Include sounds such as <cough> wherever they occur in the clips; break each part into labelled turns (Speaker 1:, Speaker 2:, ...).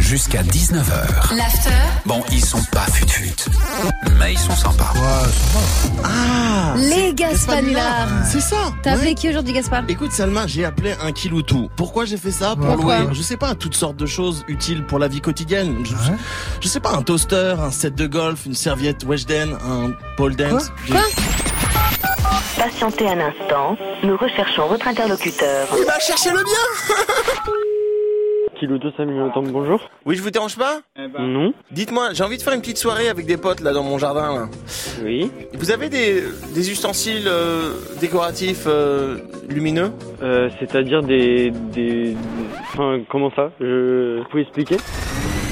Speaker 1: jusqu'à 19h.
Speaker 2: L'after,
Speaker 1: Bon, ils sont pas fut-fut, mais ils sont sympas.
Speaker 3: Les Gaspanulards.
Speaker 4: C'est ça
Speaker 3: T'as
Speaker 4: Ouais.
Speaker 3: appelé qui aujourd'hui, Gaspard
Speaker 4: Écoute Salma, j'ai appelé un kilo tout. Pourquoi j'ai fait ça Pour
Speaker 3: Pourquoi
Speaker 4: louer, je sais pas, toutes sortes de choses utiles pour la vie quotidienne. Je, je sais pas, un toaster, un set de golf, une serviette Weshden, un pole dance. J'ai-
Speaker 5: Patientez un instant, nous recherchons votre interlocuteur.
Speaker 4: Il va chercher le bien
Speaker 6: Kilo 2 Samuel Autant, bonjour.
Speaker 4: Oui, je vous dérange pas
Speaker 6: Non.
Speaker 4: Dites-moi, j'ai envie de faire une petite soirée avec des potes là dans mon jardin. là.
Speaker 6: Oui.
Speaker 4: Vous avez des, des ustensiles euh, décoratifs euh, lumineux
Speaker 6: Euh, C'est-à-dire des, des... Enfin, comment ça Je... Vous pouvez expliquer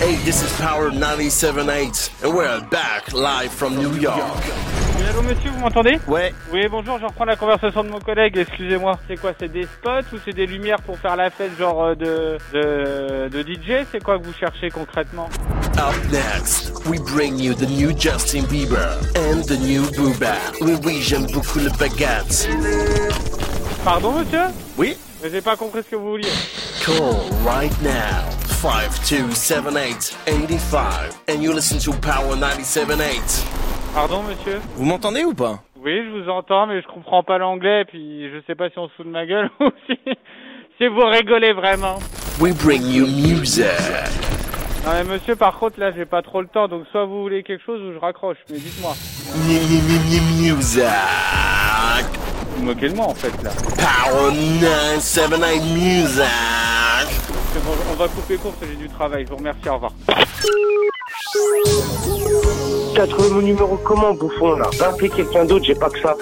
Speaker 4: Hey, this is Power 97.8 and we're back live from New York.
Speaker 7: Oui, allô monsieur, vous m'entendez
Speaker 4: Ouais,
Speaker 7: Oui, bonjour, je reprends la conversation de mon collègue, excusez-moi. C'est quoi, c'est des spots ou c'est des lumières pour faire la fête genre euh, de, de, de DJ C'est quoi que vous cherchez concrètement
Speaker 4: Up next, we bring you the new Justin Bieber and the new Booba. Oui, oui, j'aime beaucoup le baguette.
Speaker 7: Pardon monsieur
Speaker 4: Oui
Speaker 7: Mais J'ai pas compris ce que vous vouliez.
Speaker 4: Call right now. 5278-85 and you listen to Power 97.8.
Speaker 7: Pardon monsieur
Speaker 4: Vous m'entendez ou pas
Speaker 7: Oui, je vous entends, mais je comprends pas l'anglais, puis je sais pas si on se fout de ma gueule <laughs> ou si, si vous rigolez vraiment.
Speaker 4: We bring you music.
Speaker 7: Non mais monsieur, par contre, là, j'ai pas trop le temps, donc soit vous voulez quelque chose ou je raccroche, mais dites-moi.
Speaker 4: Music.
Speaker 7: Vous moquez de moi, en fait, là.
Speaker 4: Power 978 music.
Speaker 7: C'est bon, on va couper court, parce que j'ai du travail, je vous remercie, au revoir.
Speaker 8: T'as trouvé mon numéro comment, bouffon, là Va appeler quelqu'un d'autre, j'ai pas que ça.